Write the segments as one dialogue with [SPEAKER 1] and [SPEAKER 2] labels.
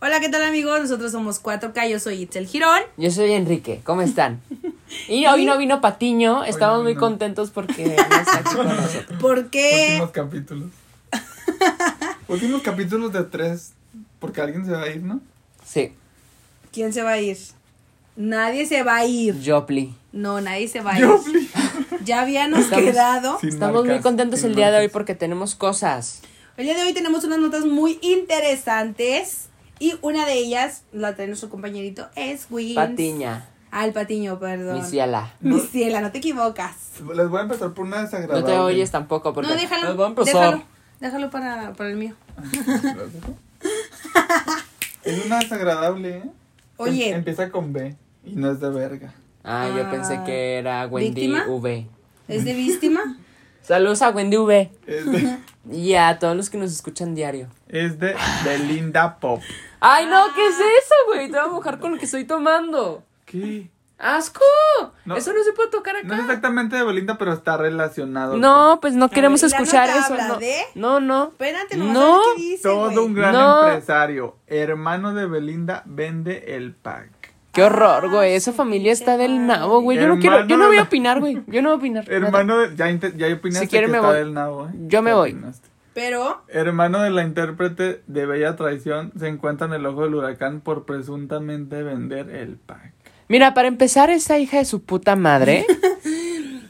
[SPEAKER 1] Hola, ¿qué tal amigos? Nosotros somos 4K, yo soy Itzel Girón.
[SPEAKER 2] Yo soy Enrique, ¿cómo están? Y hoy no vino Patiño, estamos
[SPEAKER 3] no
[SPEAKER 2] muy
[SPEAKER 3] vino.
[SPEAKER 2] contentos porque no está aquí con nosotros.
[SPEAKER 1] ¿Por qué?
[SPEAKER 3] Últimos capítulos. Últimos capítulos de tres. Porque alguien se va a ir, ¿no?
[SPEAKER 2] Sí,
[SPEAKER 1] ¿Quién se va a ir? Nadie se va a ir.
[SPEAKER 2] Jopli.
[SPEAKER 1] No, nadie se va a ir.
[SPEAKER 3] Yo, please.
[SPEAKER 1] Ya habíamos
[SPEAKER 2] Estamos-
[SPEAKER 1] quedado.
[SPEAKER 3] Sin
[SPEAKER 2] Estamos muy
[SPEAKER 3] marcas,
[SPEAKER 2] contentos
[SPEAKER 3] sin
[SPEAKER 2] el día de hoy
[SPEAKER 3] marcas.
[SPEAKER 2] porque tenemos cosas.
[SPEAKER 1] El día de hoy tenemos unas notas muy interesantes. Y una de ellas, la trae nuestro compañerito, es Wins.
[SPEAKER 2] Patiña,
[SPEAKER 1] Ah, el patiño, perdón.
[SPEAKER 2] mi ciela.
[SPEAKER 1] Mi ciela, no te equivocas.
[SPEAKER 3] Les voy a empezar por una desagradable.
[SPEAKER 2] No te oyes tampoco porque...
[SPEAKER 1] No, déjalo.
[SPEAKER 2] Nos va a empezar.
[SPEAKER 1] déjalo. Déjalo para, para el mío.
[SPEAKER 3] Es una desagradable, ¿eh?
[SPEAKER 1] Oye.
[SPEAKER 3] Em- Empieza con B y no es de verga.
[SPEAKER 2] Ah, yo pensé
[SPEAKER 1] Ah.
[SPEAKER 2] que era Wendy
[SPEAKER 1] ¿Víctima?
[SPEAKER 2] V.
[SPEAKER 1] ¿Es de víctima?
[SPEAKER 2] Saludos a Wendy V.
[SPEAKER 3] Es de,
[SPEAKER 2] Y a todos los que nos escuchan diario.
[SPEAKER 3] es de Belinda Pop.
[SPEAKER 2] Ay, no, ¿qué es eso, güey? Te voy a mojar con lo que estoy tomando.
[SPEAKER 3] ¿Qué?
[SPEAKER 2] ¡Asco!
[SPEAKER 3] No.
[SPEAKER 2] Eso no se puede tocar acá.
[SPEAKER 3] No es exactamente de Belinda, pero está relacionado.
[SPEAKER 2] No, pues no queremos
[SPEAKER 1] ver, la
[SPEAKER 2] escuchar
[SPEAKER 1] nota
[SPEAKER 2] eso.
[SPEAKER 1] habla
[SPEAKER 2] No,
[SPEAKER 1] de-
[SPEAKER 2] no, no.
[SPEAKER 1] Espérate, no,
[SPEAKER 2] No,
[SPEAKER 1] qué dice,
[SPEAKER 3] Todo
[SPEAKER 1] güey.
[SPEAKER 3] un gran
[SPEAKER 2] No.
[SPEAKER 3] empresario, hermano de Belinda, vende el pack.
[SPEAKER 2] Qué horror, güey. Esa familia está del nabo, güey. Yo no quiero, yo no voy a opinar, güey. Yo no voy a opinar.
[SPEAKER 3] Hermano de. Ya, inte- ya opinaste
[SPEAKER 2] Si quieren
[SPEAKER 3] que
[SPEAKER 2] me
[SPEAKER 3] está
[SPEAKER 2] voy.
[SPEAKER 3] del nabo, ¿eh?
[SPEAKER 2] Yo me
[SPEAKER 3] Ya
[SPEAKER 2] voy.
[SPEAKER 3] opinaste.
[SPEAKER 1] Pero,
[SPEAKER 3] Hermano de la intérprete de Bella Traición se encuentra en el ojo del huracán por presuntamente vender el pack.
[SPEAKER 2] Mira, para empezar, esa hija de su puta madre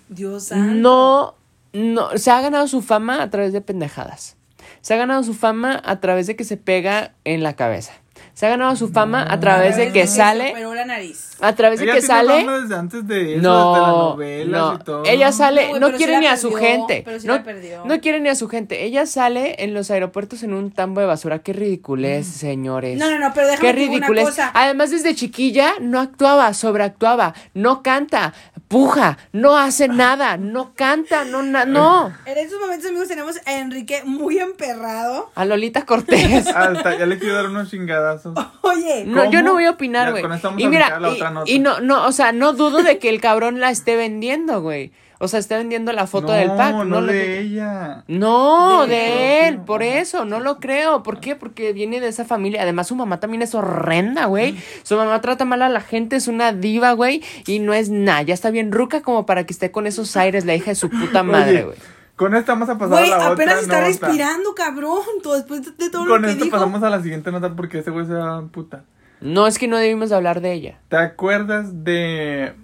[SPEAKER 1] Dios santo.
[SPEAKER 2] no, no, se ha ganado su fama a través de pendejadas. Se ha ganado su fama a través de que se pega en la cabeza. Se ha ganado su fama a través de que
[SPEAKER 1] se
[SPEAKER 2] sale,
[SPEAKER 1] operó la nariz.
[SPEAKER 2] a través de
[SPEAKER 3] Ella
[SPEAKER 2] Pues que
[SPEAKER 3] tiene
[SPEAKER 2] sale.
[SPEAKER 3] fama desde antes de eso, desde las
[SPEAKER 2] No,
[SPEAKER 3] novelas
[SPEAKER 2] no.
[SPEAKER 3] y todo.
[SPEAKER 2] Ella
[SPEAKER 1] No,
[SPEAKER 2] sale,
[SPEAKER 1] güey,
[SPEAKER 2] no,
[SPEAKER 1] pero sí
[SPEAKER 2] quiere
[SPEAKER 1] la
[SPEAKER 2] ni a su
[SPEAKER 1] perdió,
[SPEAKER 2] gente.
[SPEAKER 1] pero sí
[SPEAKER 2] no,
[SPEAKER 1] la perdió.
[SPEAKER 2] no quiere ni a su gente. Ella sale en los aeropuertos en un tambo de basura. Qué ridiculez, señores.
[SPEAKER 1] Mm. No, no, no, pero déjame
[SPEAKER 2] Qué
[SPEAKER 1] te digo una
[SPEAKER 2] ridiculez.
[SPEAKER 1] cosa.
[SPEAKER 2] Además, desde chiquilla no actuaba, sobreactuaba, no canta, puja, no
[SPEAKER 1] Ah.
[SPEAKER 2] hace nada, no canta, no, na- no.
[SPEAKER 1] En estos momentos, amigos, tenemos a Enrique muy emperrado.
[SPEAKER 2] A Lolita Cortés.
[SPEAKER 3] Hasta ya le quiero dar unos chingadazos.
[SPEAKER 1] Oye,
[SPEAKER 2] No, yo
[SPEAKER 3] ¿Cómo?
[SPEAKER 2] no voy a opinar,
[SPEAKER 3] Ya,
[SPEAKER 2] güey.
[SPEAKER 3] con esto vamos
[SPEAKER 2] Y
[SPEAKER 3] a
[SPEAKER 2] mira,
[SPEAKER 3] brincar la
[SPEAKER 2] y-
[SPEAKER 3] otra nota.
[SPEAKER 2] y, no, no, o sea, no dudo de que el cabrón la esté vendiendo, güey. O sea, está vendiendo la foto
[SPEAKER 3] no,
[SPEAKER 2] del pack.
[SPEAKER 3] No,
[SPEAKER 2] lo dudo.
[SPEAKER 3] de ella.
[SPEAKER 2] No,
[SPEAKER 3] De
[SPEAKER 2] de,
[SPEAKER 3] él.
[SPEAKER 2] él, por eso, no lo creo. ¿Por qué? Porque viene de esa familia. Además, su mamá también es horrenda, güey. Su mamá trata mal a la gente, es una diva, güey. Y no es nada. Ya está bien ruca como para que esté con esos aires, la hija de su puta madre,
[SPEAKER 3] Oye,
[SPEAKER 2] güey.
[SPEAKER 3] Con esto vamos a pasar
[SPEAKER 1] güey,
[SPEAKER 3] a la otra
[SPEAKER 1] apenas está
[SPEAKER 3] nota.
[SPEAKER 1] respirando, cabrón. Todo después de- de todo
[SPEAKER 3] Con
[SPEAKER 1] lo que
[SPEAKER 3] esto
[SPEAKER 1] dijo.
[SPEAKER 3] pasamos a la siguiente nota porque ese güey se va a puta.
[SPEAKER 2] No es que no debimos de hablar de ella.
[SPEAKER 3] ¿Te acuerdas de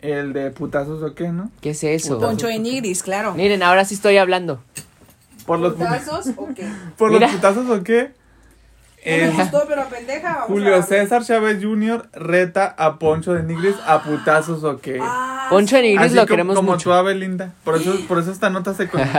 [SPEAKER 3] el de putazos o qué, no?
[SPEAKER 2] ¿Qué es eso?
[SPEAKER 1] Poncho de Nigris, claro.
[SPEAKER 2] Miren, ahora sí estoy hablando.
[SPEAKER 3] Por los,
[SPEAKER 1] ¿Putazos o qué? No
[SPEAKER 3] por los
[SPEAKER 2] Mira.
[SPEAKER 3] putazos o qué.
[SPEAKER 1] me
[SPEAKER 3] Eh,
[SPEAKER 1] gustó, pero pendeja. Vamos
[SPEAKER 3] Julio
[SPEAKER 1] a
[SPEAKER 3] César Chávez Jr. reta a Poncho de Nigris a putazos o qué.
[SPEAKER 1] Ah,
[SPEAKER 2] Poncho de Nigris
[SPEAKER 3] Así
[SPEAKER 2] lo
[SPEAKER 3] como-
[SPEAKER 2] queremos
[SPEAKER 3] como
[SPEAKER 2] mucho.
[SPEAKER 3] tú a Belinda. Por eso, por eso esta nota se conectó.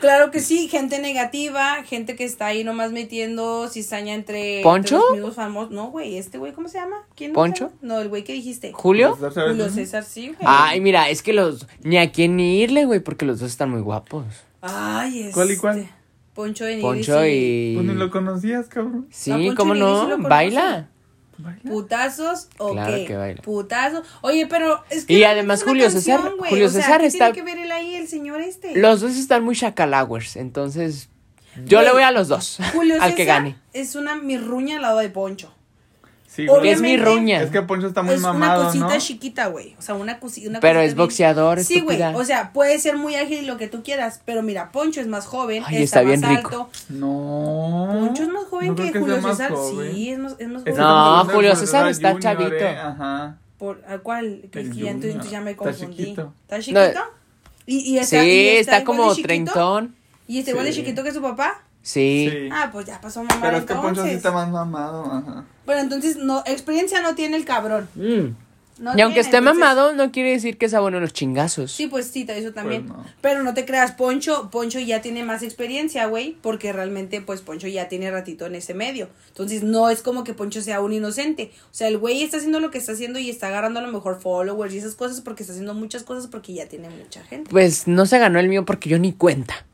[SPEAKER 1] Claro que sí, gente negativa, gente que está ahí nomás metiendo cizaña entre, entre
[SPEAKER 2] ¿Poncho?
[SPEAKER 1] los mismos famosos. No, güey, este güey, ¿cómo se llama? ¿Quién no
[SPEAKER 2] ¿Poncho?
[SPEAKER 1] se llama? No, el güey que dijiste.
[SPEAKER 2] ¿Julio?
[SPEAKER 3] Julio César
[SPEAKER 1] Julio
[SPEAKER 3] Chávez Jr.
[SPEAKER 1] César, sí, güey.
[SPEAKER 3] Ah,
[SPEAKER 2] Ay, mira, es que los. Ni a quién ni irle, güey, porque los dos están muy guapos.
[SPEAKER 1] Ay, este.
[SPEAKER 3] ¿Cuál y cuál?
[SPEAKER 1] Poncho de Nigris.
[SPEAKER 2] Poncho y.
[SPEAKER 3] Pues ni lo conocías, cabrón.
[SPEAKER 1] A
[SPEAKER 2] Sí,
[SPEAKER 1] Poncho
[SPEAKER 2] cómo
[SPEAKER 1] de Nigris sí lo
[SPEAKER 2] no,
[SPEAKER 1] conocen.
[SPEAKER 2] baila.
[SPEAKER 3] Baila.
[SPEAKER 1] ¿Putazos o
[SPEAKER 2] Claro
[SPEAKER 1] qué?
[SPEAKER 2] que baila.
[SPEAKER 1] Putazos. Oye, pero es que.
[SPEAKER 2] Y
[SPEAKER 1] realmente
[SPEAKER 2] además
[SPEAKER 1] es una
[SPEAKER 2] Julio César-
[SPEAKER 1] canción, güey.
[SPEAKER 2] Julio
[SPEAKER 1] O sea,
[SPEAKER 2] César
[SPEAKER 1] ¿qué
[SPEAKER 2] está-
[SPEAKER 1] Tiene que ver él ahí, el señor este.
[SPEAKER 2] Los dos están muy chacalawers, entonces yo
[SPEAKER 1] Güey,
[SPEAKER 2] le voy a los dos.
[SPEAKER 1] Julio
[SPEAKER 2] al
[SPEAKER 1] César
[SPEAKER 2] que gane.
[SPEAKER 1] Es una mirruña al lado de Poncho.
[SPEAKER 3] Sí, güey.
[SPEAKER 2] Es mi
[SPEAKER 1] obviamente,
[SPEAKER 2] ruña.
[SPEAKER 3] Es que Poncho está muy
[SPEAKER 1] es
[SPEAKER 3] mamado,
[SPEAKER 1] una cosita
[SPEAKER 3] ¿no?
[SPEAKER 1] chiquita, güey. O sea, una, cosi- una
[SPEAKER 2] Pero
[SPEAKER 1] cosita
[SPEAKER 2] es
[SPEAKER 1] bien-
[SPEAKER 2] boxeador,
[SPEAKER 1] Sí, güey.
[SPEAKER 2] estúpida.
[SPEAKER 1] O sea, puede ser muy ágil y lo que tú quieras. Pero mira, Poncho es más joven.
[SPEAKER 2] Ay,
[SPEAKER 1] está,
[SPEAKER 2] está bien
[SPEAKER 1] más
[SPEAKER 2] rico.
[SPEAKER 1] alto.
[SPEAKER 3] No.
[SPEAKER 1] Poncho es más joven
[SPEAKER 3] No creo
[SPEAKER 1] que,
[SPEAKER 3] sea
[SPEAKER 1] Julio
[SPEAKER 3] más
[SPEAKER 1] César.
[SPEAKER 3] joven.
[SPEAKER 1] Sí, es más, es más
[SPEAKER 3] Es que
[SPEAKER 1] joven.
[SPEAKER 2] No,
[SPEAKER 3] Julio
[SPEAKER 2] Julio César está
[SPEAKER 3] Jr.,
[SPEAKER 2] chavito.
[SPEAKER 3] eh, Ajá.
[SPEAKER 1] Por, ¿A cuál? Que
[SPEAKER 3] El
[SPEAKER 1] ya, entonces, entonces ya me
[SPEAKER 3] Está
[SPEAKER 1] confundí.
[SPEAKER 3] chiquito.
[SPEAKER 1] ¿Está chiquito? ¿Y, y está,
[SPEAKER 2] sí,
[SPEAKER 1] y igual
[SPEAKER 2] está,
[SPEAKER 1] de
[SPEAKER 2] como
[SPEAKER 1] chiquito?
[SPEAKER 2] treintón.
[SPEAKER 1] ¿Y está igual de
[SPEAKER 3] Sí.
[SPEAKER 1] chiquito que su papá?
[SPEAKER 2] Sí.
[SPEAKER 3] Sí.
[SPEAKER 1] Ah, pues ya pasó mamá
[SPEAKER 3] Pero es que Poncho
[SPEAKER 1] entonces.
[SPEAKER 3] sí está más mamado, ajá.
[SPEAKER 1] Bueno, entonces no, experiencia no tiene el cabrón.
[SPEAKER 2] Mm.
[SPEAKER 1] No
[SPEAKER 2] y
[SPEAKER 1] tiene,
[SPEAKER 2] aunque esté
[SPEAKER 1] entonces-
[SPEAKER 2] mamado, no quiere decir que sea bueno en los chingazos.
[SPEAKER 1] Sí, pues sí, eso también.
[SPEAKER 3] Pues no.
[SPEAKER 1] Pero no te creas, Poncho, Poncho ya tiene más experiencia, güey, porque realmente, pues, Poncho ya tiene ratito en ese medio. Entonces, no es como que Poncho sea un inocente. O sea, el güey está haciendo lo que está haciendo y está agarrando a lo mejor followers y esas cosas porque está haciendo muchas cosas porque ya tiene mucha gente.
[SPEAKER 2] Pues no se ganó el mío porque yo ni cuenta.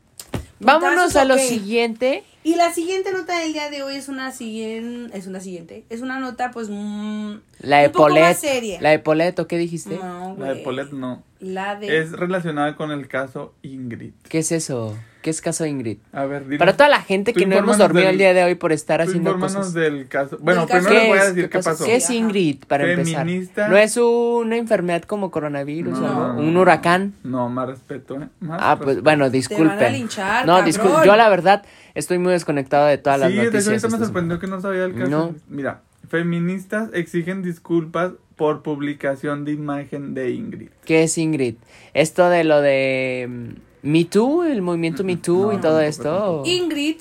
[SPEAKER 2] Vámonos a lo
[SPEAKER 1] ok.
[SPEAKER 2] siguiente.
[SPEAKER 1] Y la siguiente nota del día de hoy es una siguiente, es una siguiente, es una nota pues mm,
[SPEAKER 2] La
[SPEAKER 1] un
[SPEAKER 2] de
[SPEAKER 1] poco más
[SPEAKER 2] Polet.
[SPEAKER 1] seria.
[SPEAKER 2] La de este. Poleto, ¿qué dijiste?
[SPEAKER 1] No,
[SPEAKER 3] La de
[SPEAKER 1] güey.
[SPEAKER 3] Polet no.
[SPEAKER 1] La de
[SPEAKER 3] Es relacionada con el caso Ingrid.
[SPEAKER 2] ¿Qué es eso? ¿Qué es caso Ingrid?
[SPEAKER 3] A ver, dile.
[SPEAKER 2] Para toda la gente
[SPEAKER 3] Tú
[SPEAKER 2] que no hemos
[SPEAKER 3] infórmanos
[SPEAKER 2] dormido
[SPEAKER 3] del-
[SPEAKER 2] el día de hoy por estar
[SPEAKER 3] Tú
[SPEAKER 2] haciendo
[SPEAKER 3] infórmanos
[SPEAKER 2] cosas.
[SPEAKER 3] del caso. Bueno,
[SPEAKER 1] Del caso.
[SPEAKER 3] primero les voy a
[SPEAKER 2] es?
[SPEAKER 3] decir qué
[SPEAKER 2] cosa-
[SPEAKER 3] pasó.
[SPEAKER 2] ¿Qué es Ingrid para
[SPEAKER 3] Feminista.
[SPEAKER 2] empezar? No es una enfermedad como coronavirus o
[SPEAKER 1] No.
[SPEAKER 2] algo, un huracán.
[SPEAKER 3] No, más respeto, ¿eh? Más
[SPEAKER 2] Ah, pues
[SPEAKER 3] respeto.
[SPEAKER 2] bueno, disculpen.
[SPEAKER 1] linchar,
[SPEAKER 2] no,
[SPEAKER 1] cabrón.
[SPEAKER 2] disculpen. Yo la verdad estoy muy desconectado de todas las
[SPEAKER 3] sí,
[SPEAKER 2] noticias.
[SPEAKER 3] de hecho ahorita me
[SPEAKER 2] esta
[SPEAKER 3] sorprendió que no sabía el caso.
[SPEAKER 2] No.
[SPEAKER 3] Mira, feministas exigen disculpas por publicación de imagen de Ingrid.
[SPEAKER 2] semana. ¿Qué es Ingrid? Esto de lo de mm, Me Too, el movimiento Me Too
[SPEAKER 3] no,
[SPEAKER 2] y todo
[SPEAKER 3] tampoco,
[SPEAKER 2] esto.
[SPEAKER 1] Ingrid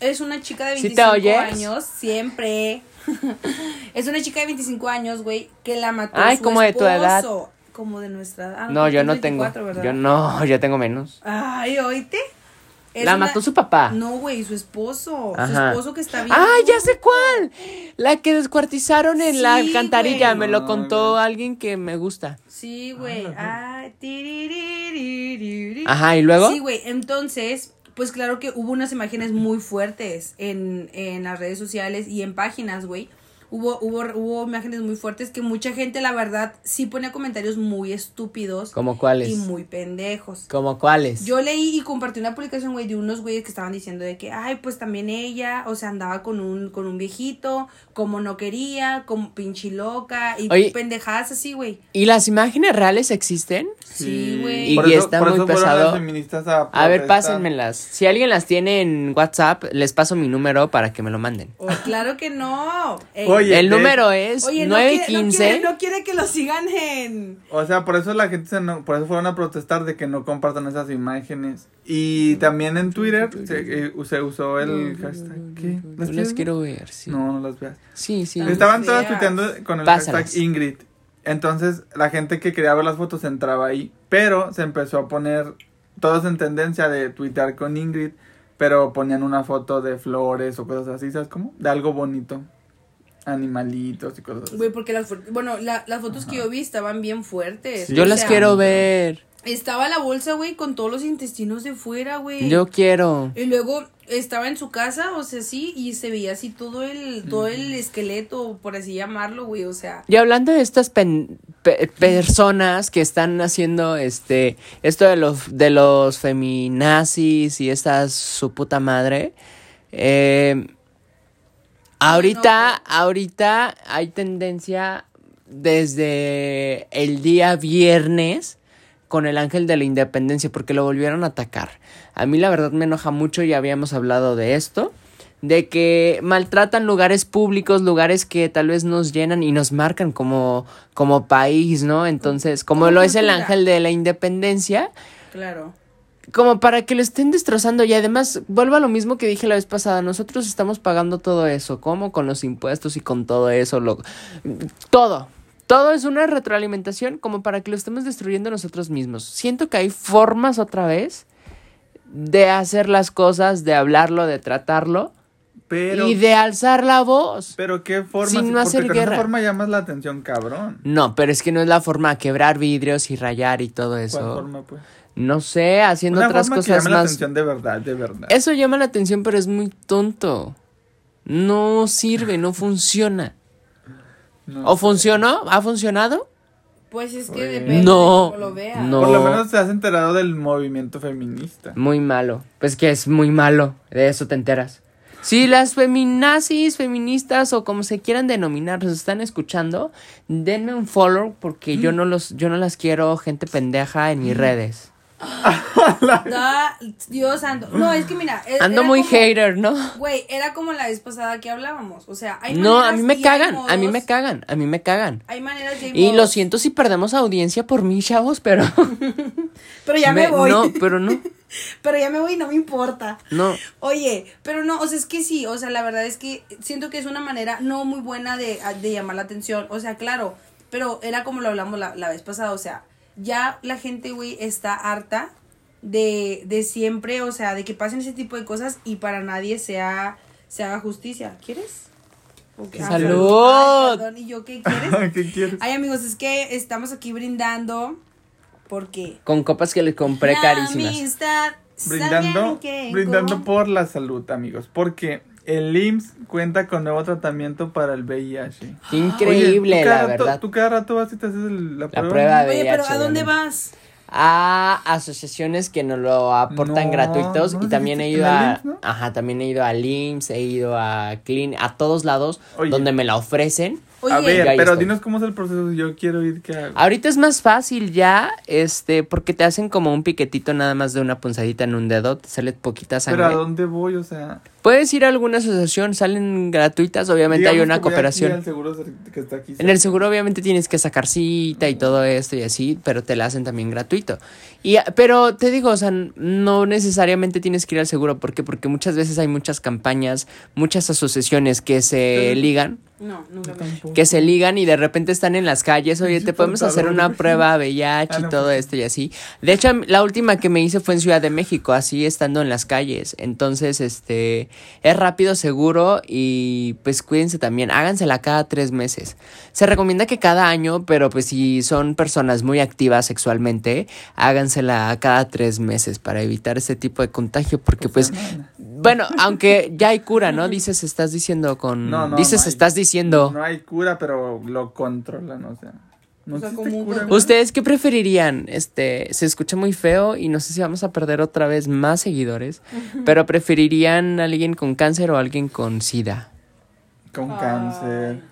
[SPEAKER 1] es una chica de
[SPEAKER 2] ¿Sí te
[SPEAKER 1] 25
[SPEAKER 2] oyes?
[SPEAKER 1] años, siempre. es una chica de 25 años, güey, que la mató
[SPEAKER 2] Ay,
[SPEAKER 1] su
[SPEAKER 2] como de tu edad.
[SPEAKER 1] esposo. Como de nuestra edad. Ah,
[SPEAKER 2] No,
[SPEAKER 1] tú
[SPEAKER 2] yo no
[SPEAKER 1] tienes 24,
[SPEAKER 2] tengo.
[SPEAKER 1] ¿verdad?
[SPEAKER 2] Yo no, yo tengo menos.
[SPEAKER 1] Ay, oíste. Es
[SPEAKER 2] la
[SPEAKER 1] una-
[SPEAKER 2] mató su papá.
[SPEAKER 1] No, güey, su esposo. Su
[SPEAKER 2] Ajá.
[SPEAKER 1] esposo que está bien.
[SPEAKER 2] ¡Ah, ya sé cuál! La que descuartizaron en la
[SPEAKER 1] Sí,
[SPEAKER 2] alcantarilla.
[SPEAKER 1] güey.
[SPEAKER 2] Me lo contó
[SPEAKER 3] No,
[SPEAKER 2] alguien que me gusta.
[SPEAKER 1] Sí, güey. Ah, tiririririririri.
[SPEAKER 2] Ajá, ¿y luego?
[SPEAKER 1] Sí, güey. Entonces, pues claro que hubo unas imágenes muy fuertes en, en las redes sociales y en páginas, güey. Hubo, hubo, hubo imágenes muy fuertes que mucha gente, la verdad, sí ponía comentarios muy estúpidos
[SPEAKER 2] ¿Como
[SPEAKER 1] y
[SPEAKER 2] cuáles?
[SPEAKER 1] muy pendejos.
[SPEAKER 2] ¿Como cuáles?
[SPEAKER 1] Yo leí y compartí una publicación, güey, de unos güeyes que estaban diciendo de que, ay, pues también ella, o sea, andaba con un, con un viejito, como no quería, como pinche loca, y
[SPEAKER 2] Oye.
[SPEAKER 1] pendejadas así, güey.
[SPEAKER 2] ¿Y las imágenes reales existen?
[SPEAKER 1] Sí, güey.
[SPEAKER 2] Y
[SPEAKER 3] Por eso-
[SPEAKER 2] está
[SPEAKER 3] por
[SPEAKER 2] muy
[SPEAKER 3] eso fueron
[SPEAKER 2] pesado.
[SPEAKER 3] las feministas a,
[SPEAKER 2] A ver,
[SPEAKER 3] protestar.
[SPEAKER 2] pásenmelas. Si alguien las tiene en WhatsApp, les paso mi número para que me lo manden.
[SPEAKER 1] Oh, claro que no. Ey.
[SPEAKER 3] Oye,
[SPEAKER 2] El
[SPEAKER 3] eh,
[SPEAKER 2] número es
[SPEAKER 1] Oye, no quiere- no, quiere,
[SPEAKER 2] 915.
[SPEAKER 1] no quiere que lo sigan en.
[SPEAKER 3] O sea, por eso la gente se no- por eso fueron a protestar de que no compartan esas imágenes. Y también en Twitter se, eh, se usó el hashtag. ¿Qué?
[SPEAKER 2] No las
[SPEAKER 3] quieres?
[SPEAKER 2] quiero ver, sí.
[SPEAKER 3] No, no las veas.
[SPEAKER 2] Sí, sí.
[SPEAKER 1] Tan
[SPEAKER 3] Estaban todas
[SPEAKER 1] feas.
[SPEAKER 3] tuiteando con el
[SPEAKER 2] Pásalas.
[SPEAKER 3] hashtag Ingrid. Entonces, la gente que quería ver las fotos entraba ahí. Pero se empezó a poner, todos en tendencia de tuitear con Ingrid. Pero ponían una foto de flores o cosas así, ¿sabes cómo? De algo bonito. Animalitos y cosas así.
[SPEAKER 1] Güey, porque las, fuer- bueno, la- las fotos que yo vi estaban bien fuertes.
[SPEAKER 3] Sí,
[SPEAKER 2] Yo
[SPEAKER 1] O
[SPEAKER 2] las
[SPEAKER 1] sea,
[SPEAKER 2] quiero ver.
[SPEAKER 1] Estaba la bolsa, güey, con todos los intestinos de fuera, güey.
[SPEAKER 2] Yo quiero.
[SPEAKER 1] Y luego estaba en su casa, o sea, sí, y se veía así todo el, todo el esqueleto, por así llamarlo, güey, o sea.
[SPEAKER 2] Y hablando de estas pen- pe- personas que están haciendo este esto de los de los feminazis y esta su puta madre. eh, ahorita, ahorita hay tendencia desde el día viernes con el ángel de la independencia porque lo volvieron a atacar. A mí la verdad me enoja mucho, ya habíamos hablado de esto, de que maltratan lugares públicos, lugares que tal vez nos llenan y nos marcan como, como país, ¿no? Entonces, como
[SPEAKER 1] Como
[SPEAKER 2] lo es el
[SPEAKER 1] cultura.
[SPEAKER 2] ángel de la independencia,
[SPEAKER 1] Claro.
[SPEAKER 2] como para que lo estén destrozando y además vuelvo a lo mismo que dije la vez pasada, nosotros estamos pagando todo eso, ¿cómo? Con los impuestos y con todo eso, lo, todo. Todo es una retroalimentación como para que lo estemos destruyendo nosotros mismos. Siento que hay formas otra vez de hacer las cosas, de hablarlo, de tratarlo
[SPEAKER 3] Pero,
[SPEAKER 2] y de alzar la voz.
[SPEAKER 3] pero qué forma.
[SPEAKER 2] Sin no
[SPEAKER 3] porque
[SPEAKER 2] hacer
[SPEAKER 3] con esa
[SPEAKER 2] guerra.
[SPEAKER 3] forma llamas la atención, cabrón.
[SPEAKER 2] No, pero es que no es la forma de quebrar vidrios y rayar y todo
[SPEAKER 3] ¿Cuál
[SPEAKER 2] eso.
[SPEAKER 3] forma, pues?
[SPEAKER 2] No sé, haciendo
[SPEAKER 3] Una
[SPEAKER 2] otras
[SPEAKER 3] forma que
[SPEAKER 2] cosas
[SPEAKER 3] llame la
[SPEAKER 2] más
[SPEAKER 3] atención de verdad, de verdad.
[SPEAKER 2] Eso llama la atención, pero es muy tonto. No sirve, no funciona.
[SPEAKER 3] No.
[SPEAKER 2] ¿O funcionó? ¿Ha funcionado?
[SPEAKER 1] Pues es que
[SPEAKER 3] Güey.
[SPEAKER 1] depende
[SPEAKER 2] No,
[SPEAKER 1] de cómo lo vea.
[SPEAKER 2] no.
[SPEAKER 3] Por lo menos te has enterado del movimiento feminista.
[SPEAKER 2] Muy malo. Pues que es muy malo. De eso te enteras. Si las feminazis, feministas o como se quieran denominar, nos están escuchando, denme un follow porque
[SPEAKER 3] Mm.
[SPEAKER 2] yo no los, yo no las quiero gente pendeja en mis redes.
[SPEAKER 1] Da- Dios santo. No, es que mira. e-
[SPEAKER 2] Ando
[SPEAKER 1] era
[SPEAKER 2] muy
[SPEAKER 1] como-
[SPEAKER 2] hater, ¿no?
[SPEAKER 1] Güey, era como la vez pasada que hablábamos. O sea, hay
[SPEAKER 2] No, a
[SPEAKER 1] maneras
[SPEAKER 2] mí
[SPEAKER 1] y
[SPEAKER 2] me
[SPEAKER 1] hay
[SPEAKER 2] cagan, a mí
[SPEAKER 1] modos-
[SPEAKER 2] me cagan, a mí me cagan.
[SPEAKER 1] Hay maneras y hay
[SPEAKER 2] Y lo
[SPEAKER 1] modos.
[SPEAKER 2] siento si perdemos audiencia por mí, chavos, pero
[SPEAKER 1] Pero ya me, voy.
[SPEAKER 2] no, pero no.
[SPEAKER 1] Pero ya me voy y no me importa.
[SPEAKER 2] No.
[SPEAKER 1] Oye, pero no, o sea, es que sí, o sea, la verdad es que siento que es una manera no muy buena de, de llamar la atención, o sea, claro, pero era como lo hablamos la, la vez pasada, o sea, ya la gente, güey, está harta de, de siempre, o sea, de que pasen ese tipo de cosas y para nadie sea, se haga justicia. ¿Quieres? Ok. Ah,
[SPEAKER 2] ¡Salud!
[SPEAKER 1] Ay, perdón, ¿Y yo qué quieres?
[SPEAKER 3] ¿Qué quieres?
[SPEAKER 1] Ay, amigos, es que estamos aquí brindando porque
[SPEAKER 2] Con copas que le compré
[SPEAKER 1] la
[SPEAKER 2] carísimas.
[SPEAKER 1] amistad
[SPEAKER 3] brindando,
[SPEAKER 1] ¿Saben qué?
[SPEAKER 3] brindando
[SPEAKER 1] ¿Cómo?
[SPEAKER 3] por la salud, amigos, porque el IMSS cuenta con nuevo tratamiento para el VIH.
[SPEAKER 2] Qué increíble,
[SPEAKER 3] Oye, tú cada
[SPEAKER 2] la
[SPEAKER 3] rato-
[SPEAKER 2] verdad.
[SPEAKER 3] Tú cada rato vas y te haces el- la
[SPEAKER 2] La
[SPEAKER 3] prueba.
[SPEAKER 2] prueba Ah, de
[SPEAKER 1] Oye, pero
[SPEAKER 2] VIH,
[SPEAKER 1] ¿a dónde
[SPEAKER 2] obviamente.
[SPEAKER 1] vas?
[SPEAKER 2] a asociaciones que nos lo aportan
[SPEAKER 3] No,
[SPEAKER 2] gratuitos
[SPEAKER 3] ¿no
[SPEAKER 2] y
[SPEAKER 3] lo
[SPEAKER 2] también he
[SPEAKER 3] dijiste?
[SPEAKER 2] ido
[SPEAKER 3] ¿En la
[SPEAKER 2] a
[SPEAKER 3] IMSS, no?
[SPEAKER 2] ajá, también he ido a LIMS, he ido a Clean, a todos lados
[SPEAKER 3] Oye.
[SPEAKER 2] donde me la ofrecen.
[SPEAKER 1] Oye,
[SPEAKER 3] a ver,
[SPEAKER 2] Yo ahí
[SPEAKER 3] pero
[SPEAKER 2] estoy.
[SPEAKER 3] dinos cómo es el proceso. si Yo quiero ir que hago.
[SPEAKER 2] Ahorita es más fácil ya, este, porque te hacen como un piquetito nada más de una punzadita en un dedo, te sale poquita
[SPEAKER 3] Pero a
[SPEAKER 2] sangre.
[SPEAKER 3] dónde voy, o sea.
[SPEAKER 2] Puedes ir a alguna asociación, salen gratuitas, obviamente hay
[SPEAKER 3] digamos
[SPEAKER 2] una
[SPEAKER 3] que voy aquí
[SPEAKER 2] cooperación.
[SPEAKER 3] al seguro cer- que está aquí
[SPEAKER 2] En el seguro obviamente tienes que sacar cita y todo esto y así, pero te la hacen también gratuito. Y ah, pero te digo, o sea, n- no necesariamente tienes que ir al seguro, ¿por qué? Porque muchas veces hay muchas campañas, muchas asociaciones que se
[SPEAKER 3] Ujú.
[SPEAKER 2] ligan,
[SPEAKER 1] No, nunca me
[SPEAKER 3] Tampoco.
[SPEAKER 2] que se ligan y de repente están en las calles, oye,
[SPEAKER 3] Pinche
[SPEAKER 2] te podemos hacer
[SPEAKER 3] portador,
[SPEAKER 2] una
[SPEAKER 3] güey.
[SPEAKER 2] prueba VIH
[SPEAKER 3] Ah,
[SPEAKER 2] y
[SPEAKER 3] no,
[SPEAKER 2] todo
[SPEAKER 3] pues.
[SPEAKER 2] esto y así. De hecho, a mí- la última que me hice fue en Ciudad de México, así estando en las calles. Entonces, este, es rápido, seguro y pues cuídense también, hágansela cada tres meses. Se recomienda que cada año, pero pues si son personas muy activas sexualmente, hágansela cada tres meses para evitar este tipo de contagio, porque pues... Bueno, aunque ya hay cura, ¿no? Dices, estás diciendo con...
[SPEAKER 3] No, no,
[SPEAKER 2] dices,
[SPEAKER 3] no hay-
[SPEAKER 2] estás diciendo...
[SPEAKER 3] No hay cura, pero lo controlan, o sea. No
[SPEAKER 1] O sea,
[SPEAKER 3] existe
[SPEAKER 1] como un
[SPEAKER 3] cura, güey.
[SPEAKER 2] ¿Ustedes qué preferirían? Este, se escucha muy feo y no sé si vamos a perder otra vez más seguidores, pero preferirían a alguien con cáncer o a alguien con sida.
[SPEAKER 3] Con cáncer.
[SPEAKER 2] Ah.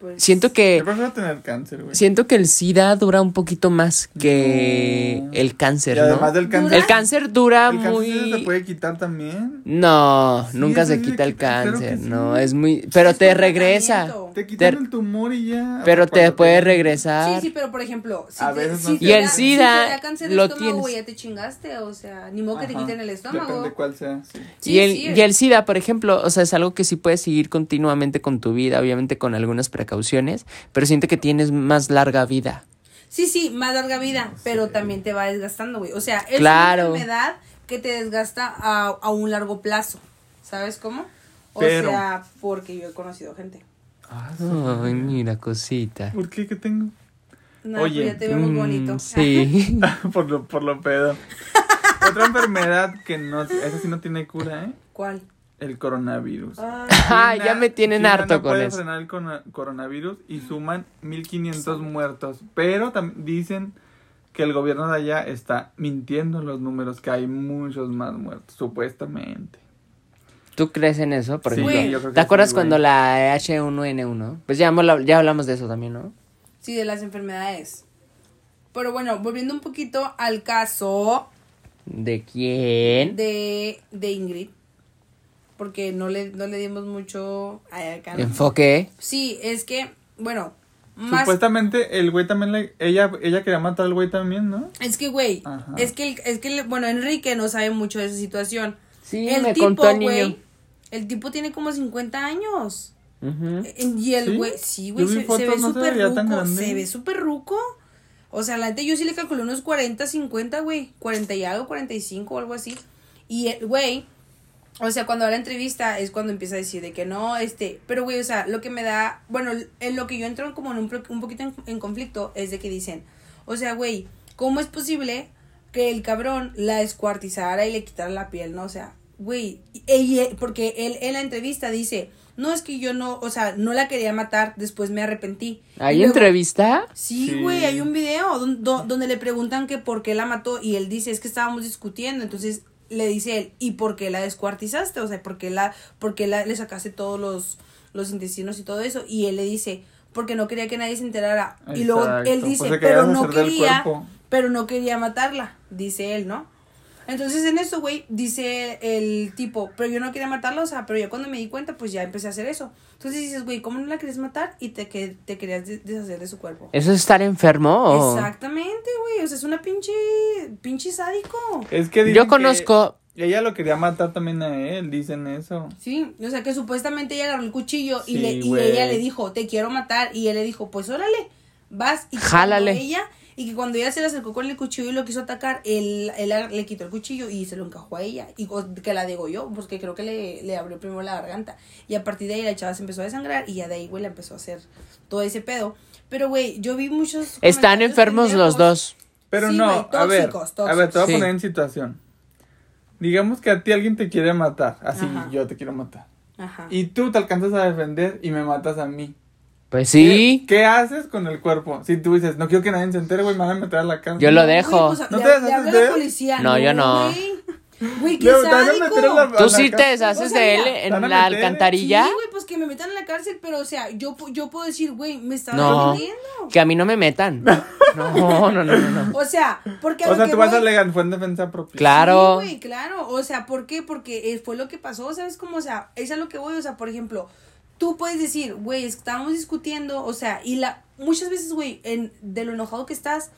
[SPEAKER 1] Pues,
[SPEAKER 2] Siento
[SPEAKER 3] Yo
[SPEAKER 2] que
[SPEAKER 3] prefiero tener cáncer, güey.
[SPEAKER 2] siento que el sida dura un poquito más que
[SPEAKER 3] No.
[SPEAKER 2] el
[SPEAKER 3] y
[SPEAKER 2] cáncer,
[SPEAKER 3] además
[SPEAKER 2] ¿no?
[SPEAKER 3] del cáncer.
[SPEAKER 2] El cáncer dura
[SPEAKER 3] el cáncer se
[SPEAKER 2] Ah, muy
[SPEAKER 3] puede quitar también.
[SPEAKER 2] No,
[SPEAKER 3] Sí,
[SPEAKER 2] nunca
[SPEAKER 3] eso
[SPEAKER 2] se
[SPEAKER 3] sí
[SPEAKER 2] quita
[SPEAKER 3] se
[SPEAKER 2] el
[SPEAKER 3] quita, claro
[SPEAKER 2] cáncer,
[SPEAKER 3] que sí.
[SPEAKER 2] no, es muy pero
[SPEAKER 1] es
[SPEAKER 2] te
[SPEAKER 1] un
[SPEAKER 2] regresa,
[SPEAKER 1] tratamiento.
[SPEAKER 3] Te quitan
[SPEAKER 2] Te-
[SPEAKER 3] el tumor y ya.
[SPEAKER 2] pero te
[SPEAKER 3] Cuando
[SPEAKER 2] puede
[SPEAKER 3] tienes-
[SPEAKER 2] regresar.
[SPEAKER 1] Sí, sí, pero por ejemplo, si,
[SPEAKER 3] A
[SPEAKER 1] te-
[SPEAKER 3] veces
[SPEAKER 1] si
[SPEAKER 3] no
[SPEAKER 1] te
[SPEAKER 2] Y el
[SPEAKER 1] da-
[SPEAKER 2] SIDA
[SPEAKER 1] si te da cáncer de
[SPEAKER 2] lo
[SPEAKER 1] estómago,
[SPEAKER 2] tienes.
[SPEAKER 1] ya te chingaste, o sea, ni modo que te
[SPEAKER 3] Ajá.
[SPEAKER 1] quiten el
[SPEAKER 3] Depende
[SPEAKER 1] estómago.
[SPEAKER 3] cuál sea. sí.
[SPEAKER 1] Sí,
[SPEAKER 2] y, el,
[SPEAKER 1] sí.
[SPEAKER 2] y el SIDA, por ejemplo, o sea, es algo que sí puedes seguir continuamente con tu vida, obviamente con algunas precauciones, pero siento que tienes más larga vida.
[SPEAKER 1] Sí, sí, más larga vida, pero también te va desgastando, güey. O sea, es
[SPEAKER 2] Claro.
[SPEAKER 1] una enfermedad que te desgasta a, a un largo plazo. ¿Sabes cómo? O
[SPEAKER 3] Pero-
[SPEAKER 1] sea, porque yo he conocido gente.
[SPEAKER 3] Ah, sí.
[SPEAKER 2] Ay, mira, cosita.
[SPEAKER 3] ¿Por qué? ¿Qué tengo?
[SPEAKER 1] No,
[SPEAKER 3] Oye,
[SPEAKER 1] pues ya te veo muy
[SPEAKER 2] Mm,
[SPEAKER 1] bonito.
[SPEAKER 2] sí.
[SPEAKER 3] por, lo, por lo pedo. Otra enfermedad que no. Esa sí no tiene cura, ¿eh?
[SPEAKER 1] ¿Cuál?
[SPEAKER 3] El coronavirus.
[SPEAKER 1] Ay,
[SPEAKER 2] Ah,
[SPEAKER 3] China-
[SPEAKER 2] ya me tienen
[SPEAKER 3] China
[SPEAKER 2] harto
[SPEAKER 3] no
[SPEAKER 2] con
[SPEAKER 3] puede
[SPEAKER 2] eso.
[SPEAKER 3] frenar el corona- coronavirus y suman 1500 muertos, pero tam- dicen que el gobierno de allá está mintiendo en los números, que hay muchos más muertos, supuestamente.
[SPEAKER 2] ¿Tú crees en eso? Por
[SPEAKER 3] Sí,
[SPEAKER 2] ejemplo,
[SPEAKER 1] yo
[SPEAKER 3] creo que
[SPEAKER 2] ¿te acuerdas
[SPEAKER 3] sí, güey.
[SPEAKER 2] cuando la H1N1? Pues ya, hemos- ya hablamos de eso también, ¿no?
[SPEAKER 1] sí, de las enfermedades. Pero bueno, volviendo un poquito al caso
[SPEAKER 2] ¿De quién?
[SPEAKER 1] de, de Ingrid. Porque no le, no le dimos mucho a acá, ¿no?
[SPEAKER 2] Enfoque.
[SPEAKER 1] Sí, es que, bueno, más
[SPEAKER 3] Supuestamente el güey también, le- ella, ella quería matar al güey también, ¿no?
[SPEAKER 1] Es que, güey,
[SPEAKER 3] Ajá.
[SPEAKER 1] es que, el- es que, el- bueno, Enrique no sabe mucho de esa situación.
[SPEAKER 2] Sí, me contó el niño.
[SPEAKER 1] el tipo tiene como 50 años.
[SPEAKER 2] Ujú.
[SPEAKER 1] Eh, Y el
[SPEAKER 3] ¿Sí?
[SPEAKER 1] güey, sí, güey,
[SPEAKER 3] Yo vi
[SPEAKER 1] se, se ve
[SPEAKER 3] fotos, no se
[SPEAKER 1] súper
[SPEAKER 3] veía tan
[SPEAKER 1] ruco,
[SPEAKER 3] grande.
[SPEAKER 1] se ve súper ruco. O sea, la gente yo sí le calculé unos 40, 50, güey, 40 y algo, 45 o algo así. Y el güey, o sea, cuando da la entrevista es cuando empieza a decir de que no, este, pero güey, o sea, lo que me da, bueno, en lo que yo entro como en un, pro- un poquito en, en conflicto es de que dicen, o sea, güey, ¿cómo es posible que el cabrón la descuartizara y le quitara la piel, no? O sea, güey, y- y- y- porque él en la entrevista dice, no es que yo no, o sea, no la quería matar, después me arrepentí. Y
[SPEAKER 2] ¿Hay
[SPEAKER 1] luego-
[SPEAKER 2] entrevista?
[SPEAKER 1] Sí,
[SPEAKER 3] Sí.
[SPEAKER 1] güey, hay un video don- do- donde le preguntan que por qué la mató y él dice, es que estábamos discutiendo, entonces le dice él, ¿y por qué la descuartizaste? O sea, ¿por qué la, por qué la, le sacaste todos los, los intestinos y todo eso? Y él le dice, porque no quería que nadie se enterara. Y luego él
[SPEAKER 3] Exacto,
[SPEAKER 1] dice,
[SPEAKER 3] pues se quería
[SPEAKER 1] pero no
[SPEAKER 3] deshacer del
[SPEAKER 1] quería,
[SPEAKER 3] cuerpo".
[SPEAKER 1] pero no quería matarla, dice él, ¿no? Entonces en eso, güey, dice el tipo, pero yo no quería matarla, o sea, pero ya cuando me di cuenta, pues ya empecé a hacer eso. Entonces dices, güey, ¿cómo no la querías matar? Y te, que, te querías de- deshacer de su cuerpo.
[SPEAKER 2] ¿Eso es estar enfermo? o-
[SPEAKER 1] Exactamente, güey. O sea, es una pinche. pinche sádico.
[SPEAKER 3] Es que dicen
[SPEAKER 2] Yo conozco...
[SPEAKER 3] que ella lo quería matar también a él, dicen eso.
[SPEAKER 1] Sí, o sea, que supuestamente ella agarró el cuchillo y,
[SPEAKER 3] Sí,
[SPEAKER 1] le, y
[SPEAKER 3] güey.
[SPEAKER 1] ella le dijo, te quiero matar. Y él le dijo, pues órale, vas y que
[SPEAKER 2] Jálale.
[SPEAKER 1] cuando Ella, y que cuando ella se le acercó con el cuchillo y lo quiso atacar, él, él a- le quitó el cuchillo y se lo encajó a ella. Y co- que la degolló, porque creo que le, le abrió primero la garganta. Y a partir de ahí la chava se empezó a desangrar y ya de ahí, güey, la empezó a hacer todo ese pedo. Pero, güey, yo vi muchos.
[SPEAKER 2] Están
[SPEAKER 1] comentarios
[SPEAKER 2] enfermos los
[SPEAKER 1] pendejos.
[SPEAKER 2] dos.
[SPEAKER 3] Pero
[SPEAKER 1] Sí,
[SPEAKER 3] no,
[SPEAKER 1] güey,
[SPEAKER 3] a ver,
[SPEAKER 1] tóxicos,
[SPEAKER 3] a ver, te voy a
[SPEAKER 2] tóxicos.
[SPEAKER 3] poner en situación. Digamos que a ti alguien te quiere matar, así
[SPEAKER 1] Ajá.
[SPEAKER 3] yo te quiero matar.
[SPEAKER 1] Ajá.
[SPEAKER 3] Y tú te alcanzas a defender y me matas a mí.
[SPEAKER 2] Pues sí.
[SPEAKER 3] ¿Qué, qué haces con el cuerpo? Si tú dices, no quiero que nadie se entere, güey, me van a meter a la cárcel.
[SPEAKER 2] Yo lo
[SPEAKER 1] Güey,
[SPEAKER 2] dejo.
[SPEAKER 1] pues,
[SPEAKER 3] ¿No
[SPEAKER 1] le-
[SPEAKER 3] te deshaces
[SPEAKER 1] le habla
[SPEAKER 3] de
[SPEAKER 1] la
[SPEAKER 3] él?
[SPEAKER 1] policía.
[SPEAKER 2] No, yo no.
[SPEAKER 1] güey. Güey, qué
[SPEAKER 3] Le- te van a meter a
[SPEAKER 1] sádico.
[SPEAKER 3] la- a
[SPEAKER 2] ¿Tú
[SPEAKER 3] la
[SPEAKER 2] sí te
[SPEAKER 3] cárcel.
[SPEAKER 2] deshaces
[SPEAKER 1] O sea,
[SPEAKER 2] de él
[SPEAKER 1] mira,
[SPEAKER 3] van a
[SPEAKER 2] en la
[SPEAKER 3] meter-
[SPEAKER 2] alcantarilla?
[SPEAKER 1] Sí, güey, pues que me metan en la cárcel, pero o sea, yo, pu- yo puedo decir, güey, me estaba
[SPEAKER 2] No.
[SPEAKER 1] defendiendo.
[SPEAKER 2] Que a mí no me metan. No, no, no, no. no.
[SPEAKER 1] O sea, porque a
[SPEAKER 3] O
[SPEAKER 1] lo
[SPEAKER 3] sea,
[SPEAKER 1] que
[SPEAKER 3] tú vas a
[SPEAKER 1] voy-
[SPEAKER 3] alegar, fue en defensa propia.
[SPEAKER 2] Claro.
[SPEAKER 1] Sí, güey, claro. O sea, ¿por qué? Porque eh, fue lo que pasó, ¿sabes cómo? O sea, es a lo que voy. O sea, por ejemplo, tú puedes decir, güey, es que estábamos discutiendo, o sea, y la muchas veces, güey, en- de lo enojado que estás,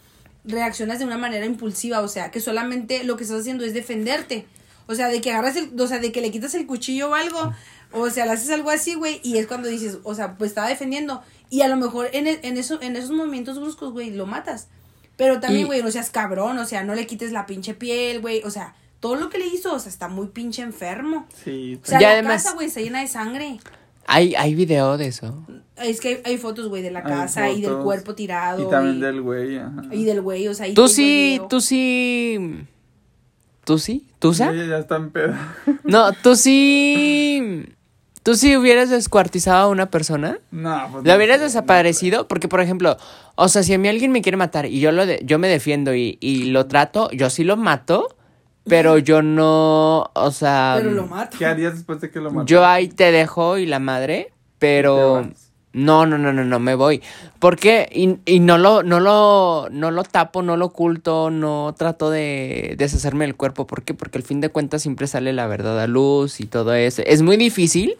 [SPEAKER 1] reaccionas de una manera impulsiva, o sea, que solamente lo que estás haciendo es defenderte. O sea, de que agarras el, o sea, de que le quitas el cuchillo o algo, o sea, le haces algo así, güey, y es cuando dices, o sea, pues estaba defendiendo. Y a lo mejor en, e- en, eso, en esos movimientos bruscos, güey, lo matas. Pero
[SPEAKER 2] Y-
[SPEAKER 1] también, güey, no seas cabrón, o sea, no le quites la pinche piel, güey. O sea, todo lo que le hizo, o sea, está muy pinche enfermo.
[SPEAKER 3] Sí.
[SPEAKER 1] O sea,
[SPEAKER 2] Y
[SPEAKER 1] la
[SPEAKER 2] además-
[SPEAKER 1] casa, güey, está llena de sangre.
[SPEAKER 2] Hay, hay video de eso.
[SPEAKER 1] Es que hay, hay fotos, güey, de la
[SPEAKER 3] Hay
[SPEAKER 1] casa y del
[SPEAKER 3] fotos.
[SPEAKER 1] cuerpo tirado.
[SPEAKER 3] Y también
[SPEAKER 1] y-
[SPEAKER 3] del güey, ajá.
[SPEAKER 1] Y del güey, o sea, y
[SPEAKER 2] Tú
[SPEAKER 1] tengo
[SPEAKER 2] sí,
[SPEAKER 1] el video.
[SPEAKER 2] tú sí. ¿Tú sí? ¿Tú sí?
[SPEAKER 3] Ella ya está en pedo.
[SPEAKER 2] No, tú sí. ¿Tú sí hubieras descuartizado a una persona?
[SPEAKER 3] No, pues
[SPEAKER 2] ¿Lo
[SPEAKER 3] no
[SPEAKER 2] hubieras
[SPEAKER 3] sé,
[SPEAKER 2] desaparecido? Porque, por ejemplo, o sea, si a mí alguien me quiere matar y yo, lo de- yo me defiendo y, y lo trato, yo sí lo mato, pero yo no, o sea,
[SPEAKER 1] Pero lo
[SPEAKER 3] no.
[SPEAKER 1] mato.
[SPEAKER 3] ¿Qué harías después de que lo matas?
[SPEAKER 2] yo ahí te dejo y la madre, pero...
[SPEAKER 3] Te vas.
[SPEAKER 2] No, no, no, no, no, me voy. Porque, y, y no lo, no lo, no lo tapo, no lo oculto, no trato de deshacerme del cuerpo. ¿Por qué? Porque al fin de cuentas siempre sale la verdad a luz y todo eso. Es muy difícil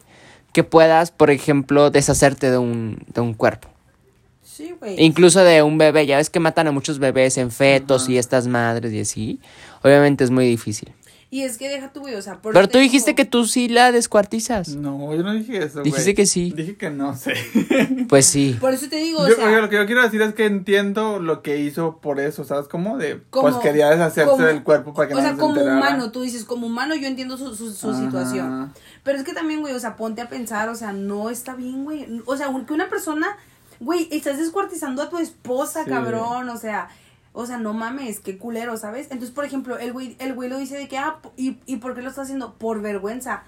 [SPEAKER 2] que puedas, por ejemplo, deshacerte de un, de un cuerpo.
[SPEAKER 1] Sí, güey.
[SPEAKER 2] Incluso de un bebé. Ya ves que matan a muchos bebés en fetos y estas madres y así. Obviamente es muy difícil.
[SPEAKER 1] Y es que deja tu güey, o sea, por
[SPEAKER 2] Pero
[SPEAKER 1] eso
[SPEAKER 2] tú
[SPEAKER 1] te
[SPEAKER 2] dijiste
[SPEAKER 1] digo-
[SPEAKER 2] que tú sí la descuartizas.
[SPEAKER 3] No, yo no dije eso, güey.
[SPEAKER 2] Dijiste que sí.
[SPEAKER 3] Dije que no sé.
[SPEAKER 2] Pues sí.
[SPEAKER 1] Por eso te digo, o
[SPEAKER 3] Yo-
[SPEAKER 1] sea.
[SPEAKER 3] oye, lo que yo quiero decir es que entiendo lo que hizo por eso, ¿sabes? Como de,
[SPEAKER 1] como-
[SPEAKER 3] pues quería deshacerse
[SPEAKER 1] como-
[SPEAKER 3] del cuerpo para que
[SPEAKER 1] o
[SPEAKER 3] no
[SPEAKER 1] sea,
[SPEAKER 3] se
[SPEAKER 1] como
[SPEAKER 3] enterara.
[SPEAKER 1] humano, tú dices, como humano yo entiendo su, su, su
[SPEAKER 3] Ajá.
[SPEAKER 1] situación. Pero es que también, güey, o sea, ponte a pensar, o sea, no está bien, güey. O sea, un- que una persona, güey, estás descuartizando a tu esposa,
[SPEAKER 3] Sí.
[SPEAKER 1] cabrón, o sea, o sea, no mames, qué culero, ¿sabes? Entonces, por ejemplo, el güey, el güey lo dice de que, ah, po- y, ¿y por qué lo está haciendo? Por vergüenza.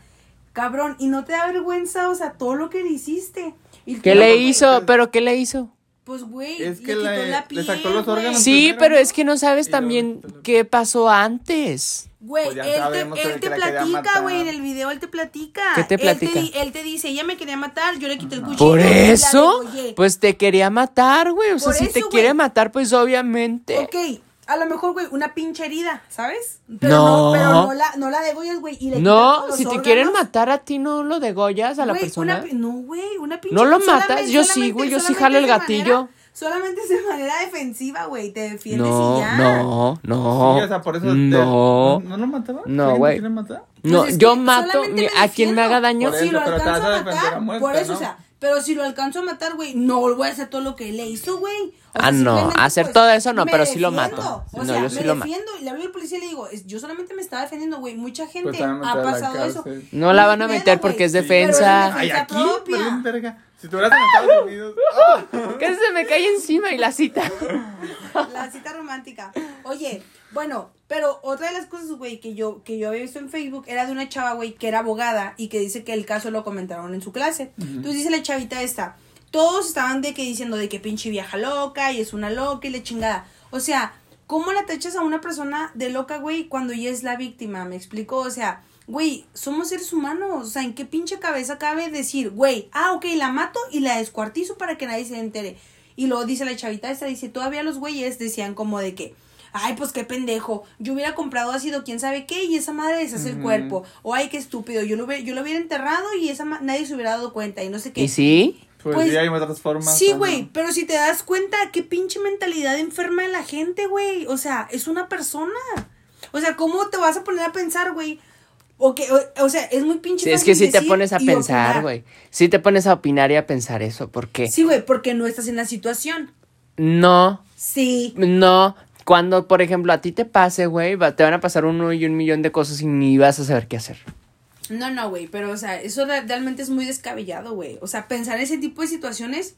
[SPEAKER 1] Cabrón, y no te da vergüenza, o sea, todo lo que le hiciste. Y
[SPEAKER 2] ¿Qué
[SPEAKER 1] tú,
[SPEAKER 2] le
[SPEAKER 1] güey,
[SPEAKER 2] hizo? ¿Pero qué le hizo?
[SPEAKER 1] Pues, güey,
[SPEAKER 3] Es
[SPEAKER 1] le
[SPEAKER 3] que
[SPEAKER 1] quitó
[SPEAKER 3] le-
[SPEAKER 1] la
[SPEAKER 3] le
[SPEAKER 1] piel,
[SPEAKER 3] sacó los
[SPEAKER 1] güey.
[SPEAKER 3] órganos.
[SPEAKER 2] Sí,
[SPEAKER 3] primero,
[SPEAKER 2] pero
[SPEAKER 3] ¿no?
[SPEAKER 2] es que no sabes
[SPEAKER 3] Y luego
[SPEAKER 2] también
[SPEAKER 3] te lo-
[SPEAKER 2] qué pasó antes.
[SPEAKER 1] Güey,
[SPEAKER 3] Pues ya
[SPEAKER 1] él
[SPEAKER 3] sabemos
[SPEAKER 1] te,
[SPEAKER 3] que
[SPEAKER 1] él
[SPEAKER 3] la
[SPEAKER 1] te
[SPEAKER 3] quería
[SPEAKER 1] platica,
[SPEAKER 3] matar.
[SPEAKER 1] güey, en el video él te platica.
[SPEAKER 2] ¿Qué te
[SPEAKER 1] Él
[SPEAKER 2] platica?
[SPEAKER 1] te, di- él te dice, ella me quería matar, yo le quité el cuchillo.
[SPEAKER 2] Por
[SPEAKER 1] y la
[SPEAKER 2] eso,
[SPEAKER 1] degollé".
[SPEAKER 2] pues te quería matar, güey. O sea,
[SPEAKER 1] Por
[SPEAKER 2] si te
[SPEAKER 1] eso,
[SPEAKER 2] quiere
[SPEAKER 1] güey.
[SPEAKER 2] matar, pues obviamente.
[SPEAKER 1] Ok, a lo mejor, güey, una pinche herida, ¿sabes?
[SPEAKER 2] No.
[SPEAKER 1] Pero no la, no la degollas, güey, y le quitas
[SPEAKER 2] No,
[SPEAKER 1] todos los
[SPEAKER 2] si te
[SPEAKER 1] órganos.
[SPEAKER 2] quieren matar a ti, no lo degollas a la
[SPEAKER 1] Güey,
[SPEAKER 2] persona.
[SPEAKER 1] una pi- no, güey, una pinche.
[SPEAKER 2] ¿No lo matas?
[SPEAKER 1] solamente-
[SPEAKER 2] Yo sí,
[SPEAKER 1] solamente-
[SPEAKER 2] güey, yo sí
[SPEAKER 1] solamente
[SPEAKER 2] jalo el
[SPEAKER 1] es de manera-
[SPEAKER 2] gatillo.
[SPEAKER 1] solamente es de manera defensiva, güey, te defiendes y
[SPEAKER 2] No,
[SPEAKER 1] ya.
[SPEAKER 2] no, no.
[SPEAKER 3] Sí, o sea, por eso. te-
[SPEAKER 2] no.
[SPEAKER 3] ¿No lo matabas?
[SPEAKER 2] No,
[SPEAKER 3] ¿Alguien te
[SPEAKER 2] güey.
[SPEAKER 3] quiere matar?
[SPEAKER 2] No,
[SPEAKER 1] Pues es
[SPEAKER 2] yo
[SPEAKER 1] que
[SPEAKER 2] mato
[SPEAKER 1] solamente me
[SPEAKER 2] mi- a quien me
[SPEAKER 1] defiendo.
[SPEAKER 2] haga daño.
[SPEAKER 3] Por
[SPEAKER 1] si
[SPEAKER 3] eso,
[SPEAKER 1] lo
[SPEAKER 3] pero te
[SPEAKER 1] alcanzo
[SPEAKER 3] vas
[SPEAKER 1] a
[SPEAKER 3] a defender
[SPEAKER 1] matar,
[SPEAKER 3] a muerte,
[SPEAKER 1] por eso,
[SPEAKER 3] ¿no?
[SPEAKER 1] o sea, pero si lo alcanzo a matar, güey, no le voy a hacer todo lo que le hizo, güey. O
[SPEAKER 2] Ah,
[SPEAKER 1] sea,
[SPEAKER 2] no,
[SPEAKER 1] simplemente,
[SPEAKER 2] hacer
[SPEAKER 1] pues,
[SPEAKER 2] todo eso no,
[SPEAKER 1] me
[SPEAKER 2] pero sí lo
[SPEAKER 1] defiendo.
[SPEAKER 2] mato.
[SPEAKER 1] O
[SPEAKER 2] No,
[SPEAKER 1] sea,
[SPEAKER 2] yo sí
[SPEAKER 1] me
[SPEAKER 2] lo mato.
[SPEAKER 1] defiendo, y le hablo al policía y le digo, es- yo solamente me estaba defendiendo, güey. Mucha gente
[SPEAKER 3] Pues te van a meter
[SPEAKER 1] ha
[SPEAKER 3] a la
[SPEAKER 1] pasado eso.
[SPEAKER 3] cárcel.
[SPEAKER 2] No la
[SPEAKER 1] Ni
[SPEAKER 2] van a
[SPEAKER 1] pedo,
[SPEAKER 2] meter
[SPEAKER 1] güey,
[SPEAKER 2] porque es
[SPEAKER 1] pero
[SPEAKER 2] defensa.
[SPEAKER 1] una
[SPEAKER 3] Ay, aquí,
[SPEAKER 1] propia.
[SPEAKER 3] perdón, verga. Si te hubieras en Estados Unidos. ¡ah!
[SPEAKER 2] Que se me cae encima y la cita.
[SPEAKER 1] La cita romántica. Oye, bueno, pero otra de las cosas, güey, que yo, que yo había visto en Facebook era de una chava, güey, que era abogada y que dice que el caso lo comentaron en su clase. Entonces dice la chavita esta, todos estaban de que diciendo de que pinche vieja loca y es una loca y la chingada. O sea, ¿cómo la tachas a una persona de loca, güey, cuando ella es la víctima? ¿Me explico? O sea, güey, somos seres humanos. O sea, ¿en qué pinche cabeza cabe decir, güey, ah, ok, la mato y la descuartizo para que nadie se entere? Y luego dice la chavita esta, dice, todavía los güeyes decían como de que, ay, pues qué pendejo, yo hubiera comprado ácido, quién sabe qué, y esa madre deshace el
[SPEAKER 3] Ujú.
[SPEAKER 1] cuerpo. O ay, qué estúpido, yo lo hubiera, yo lo hubiera enterrado y esa ma- nadie se hubiera dado cuenta y no sé qué.
[SPEAKER 2] ¿Y sí?
[SPEAKER 3] Pues,
[SPEAKER 1] Pues,
[SPEAKER 3] sí, hay otras formas.
[SPEAKER 1] Sí,
[SPEAKER 3] ¿no?
[SPEAKER 1] güey, pero si te das cuenta, qué pinche mentalidad enferma de la gente, güey. O sea, es una persona. O sea, ¿cómo te vas a poner a pensar, güey? O, que, o, o sea, es muy pinche.
[SPEAKER 2] Sí, es
[SPEAKER 1] fácil
[SPEAKER 2] que si te
[SPEAKER 1] decir
[SPEAKER 2] pones a
[SPEAKER 1] y
[SPEAKER 2] pensar,
[SPEAKER 1] opinar.
[SPEAKER 2] güey. Si te pones a opinar y a pensar eso, porque
[SPEAKER 1] Sí, güey, porque no estás en la situación.
[SPEAKER 2] no,
[SPEAKER 1] Sí.
[SPEAKER 2] no. Cuando, por ejemplo, a ti te pase, güey, va- te van a pasar uno y un millón de cosas y ni vas a saber qué hacer.
[SPEAKER 1] No, no, güey, pero, o sea, eso re- realmente es muy descabellado, güey. O sea, pensar ese tipo de situaciones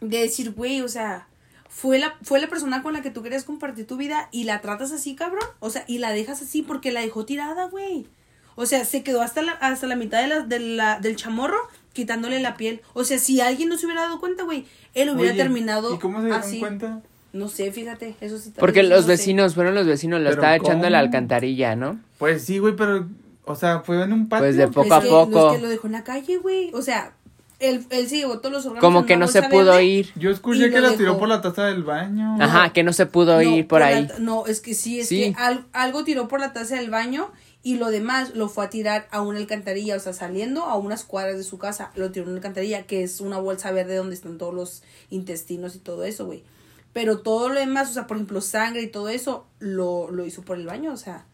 [SPEAKER 1] de decir, güey, o sea, fue la, fue la persona con la que tú querías compartir tu vida y la tratas así, cabrón. O sea, y la dejas así porque la dejó tirada, güey. O sea, se quedó hasta la, hasta la mitad de la, de la- del chamorro quitándole la piel. O sea, si alguien no se hubiera dado cuenta, güey, él hubiera
[SPEAKER 3] Oye,
[SPEAKER 1] terminado
[SPEAKER 3] ¿Y cómo se dieron
[SPEAKER 1] así.
[SPEAKER 3] cuenta?
[SPEAKER 1] No sé, fíjate, eso sí también
[SPEAKER 2] Porque
[SPEAKER 1] sí
[SPEAKER 2] los
[SPEAKER 1] no sé.
[SPEAKER 2] vecinos, fueron los vecinos, lo
[SPEAKER 3] Pero
[SPEAKER 2] estaba echando a la
[SPEAKER 3] ¿cómo?
[SPEAKER 2] alcantarilla, ¿no?
[SPEAKER 3] Pues sí, güey, pero. O sea, fue en un patio.
[SPEAKER 2] Pues de
[SPEAKER 1] Es
[SPEAKER 2] poco a
[SPEAKER 1] que- no, es
[SPEAKER 2] poco.
[SPEAKER 1] que lo dejó en la calle, güey. O sea, él, él se llevó todos los órganos. en
[SPEAKER 2] Como
[SPEAKER 1] una
[SPEAKER 2] que no se
[SPEAKER 1] bolsa
[SPEAKER 2] pudo
[SPEAKER 1] verde.
[SPEAKER 2] ir.
[SPEAKER 3] Yo
[SPEAKER 1] Y
[SPEAKER 3] escuché
[SPEAKER 1] lo
[SPEAKER 3] que las
[SPEAKER 1] dejó.
[SPEAKER 3] tiró por la taza del baño.
[SPEAKER 2] Ajá, que no se pudo
[SPEAKER 1] No,
[SPEAKER 2] ir por,
[SPEAKER 1] la
[SPEAKER 2] ahí.
[SPEAKER 1] ta- no, es que sí, es
[SPEAKER 2] Sí.
[SPEAKER 1] que al- algo tiró por la taza del baño y lo demás lo fue a tirar a una alcantarilla, o sea, saliendo a unas cuadras de su casa, lo tiró en una alcantarilla, que es una bolsa verde donde están todos los intestinos y todo eso, güey. Pero todo lo demás, o sea, por ejemplo, sangre y todo eso, lo, lo hizo por el baño, o sea,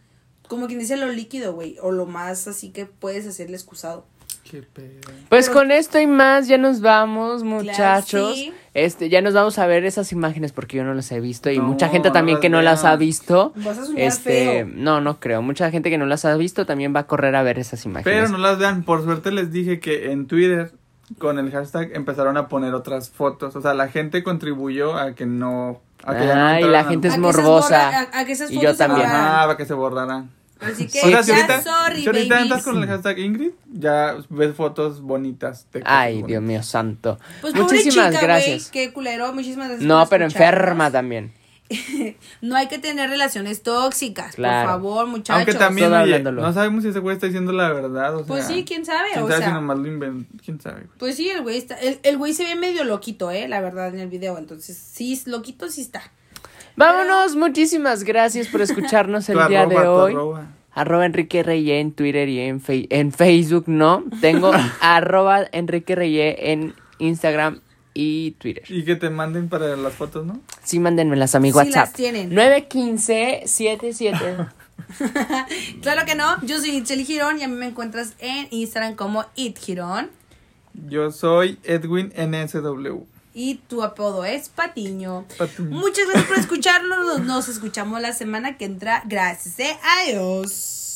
[SPEAKER 1] como quien dice lo líquido, güey, o lo más así que puedes hacerle excusado.
[SPEAKER 3] Qué pedo.
[SPEAKER 2] Pues
[SPEAKER 1] Pero-
[SPEAKER 2] con esto y más ya nos vamos, muchachos.
[SPEAKER 1] sí.
[SPEAKER 2] Este, ya nos vamos a ver esas imágenes porque yo no las he visto y
[SPEAKER 3] No,
[SPEAKER 2] mucha gente
[SPEAKER 3] no
[SPEAKER 2] también
[SPEAKER 3] las
[SPEAKER 2] que no las ha
[SPEAKER 3] veas.
[SPEAKER 2] visto.
[SPEAKER 1] Vas a soñar
[SPEAKER 2] Este,
[SPEAKER 1] feo.
[SPEAKER 2] no, no creo. Mucha gente que no las ha visto también va a correr a ver esas imágenes.
[SPEAKER 3] Pero no las vean, por suerte les dije que en Twitter con el hashtag empezaron a poner otras fotos, o sea, la gente contribuyó a que no a Ah, que ya no
[SPEAKER 2] Ay, la
[SPEAKER 3] entraran.
[SPEAKER 2] gente Es
[SPEAKER 1] A que esas
[SPEAKER 2] morbosa.
[SPEAKER 1] borra- a- a que esas
[SPEAKER 2] Y
[SPEAKER 1] fotos
[SPEAKER 2] yo
[SPEAKER 1] se
[SPEAKER 2] también.
[SPEAKER 1] borraran.
[SPEAKER 3] Ajá, para que se borraran.
[SPEAKER 1] Así que,
[SPEAKER 2] O sea,
[SPEAKER 1] ya,
[SPEAKER 2] si ahorita-
[SPEAKER 1] sorry,
[SPEAKER 3] si ahorita
[SPEAKER 1] babies.
[SPEAKER 3] entras con el hashtag Ingrid, ya ves fotos bonitas. de cosas
[SPEAKER 2] Ay,
[SPEAKER 3] bonitas.
[SPEAKER 2] Dios mío santo.
[SPEAKER 1] Pues pobre
[SPEAKER 2] Muchísimas
[SPEAKER 1] chica,
[SPEAKER 2] gracias.
[SPEAKER 1] gracias. qué culero, muchísimas gracias.
[SPEAKER 2] No,
[SPEAKER 1] por
[SPEAKER 2] pero
[SPEAKER 1] escucharnos.
[SPEAKER 2] enferma también.
[SPEAKER 1] No hay que tener relaciones tóxicas,
[SPEAKER 2] Claro.
[SPEAKER 1] por favor, muchachos.
[SPEAKER 3] Aunque también,
[SPEAKER 2] Todo
[SPEAKER 3] oye,
[SPEAKER 2] hablándolo.
[SPEAKER 3] no sabemos si ese güey está diciendo la verdad, o sea.
[SPEAKER 1] Pues sí, quién sabe,
[SPEAKER 3] quién
[SPEAKER 1] o
[SPEAKER 3] sabe
[SPEAKER 1] sea.
[SPEAKER 3] si nomás lo inventó, quién sabe. güey.
[SPEAKER 1] Pues sí, el güey está el el güey se ve medio loquito, eh, la verdad en el video, entonces sí es loquito sí está.
[SPEAKER 2] Vámonos, muchísimas gracias por escucharnos el
[SPEAKER 3] Tú
[SPEAKER 2] día
[SPEAKER 3] arroba,
[SPEAKER 2] de
[SPEAKER 3] tú
[SPEAKER 2] hoy.
[SPEAKER 3] arroba.
[SPEAKER 2] Arroba Enrique Reyé en Twitter y en, Fe- en Facebook, no. Tengo arroba Enrique Reyé en Instagram y Twitter.
[SPEAKER 3] Y que te manden para las fotos, ¿no?
[SPEAKER 2] Sí, mándenmelas a mi
[SPEAKER 1] Sí
[SPEAKER 2] WhatsApp.
[SPEAKER 1] las tienen.
[SPEAKER 2] 915-77.
[SPEAKER 1] Claro que no, yo soy Itzel Girón y a mí me encuentras en Instagram como It Girón
[SPEAKER 3] Yo soy Edwin NSW.
[SPEAKER 1] y tu apodo es Patiño.
[SPEAKER 3] Patiño.
[SPEAKER 1] Muchas gracias por escucharnos, nos, nos escuchamos la semana que entra. Gracias, eh. Adiós.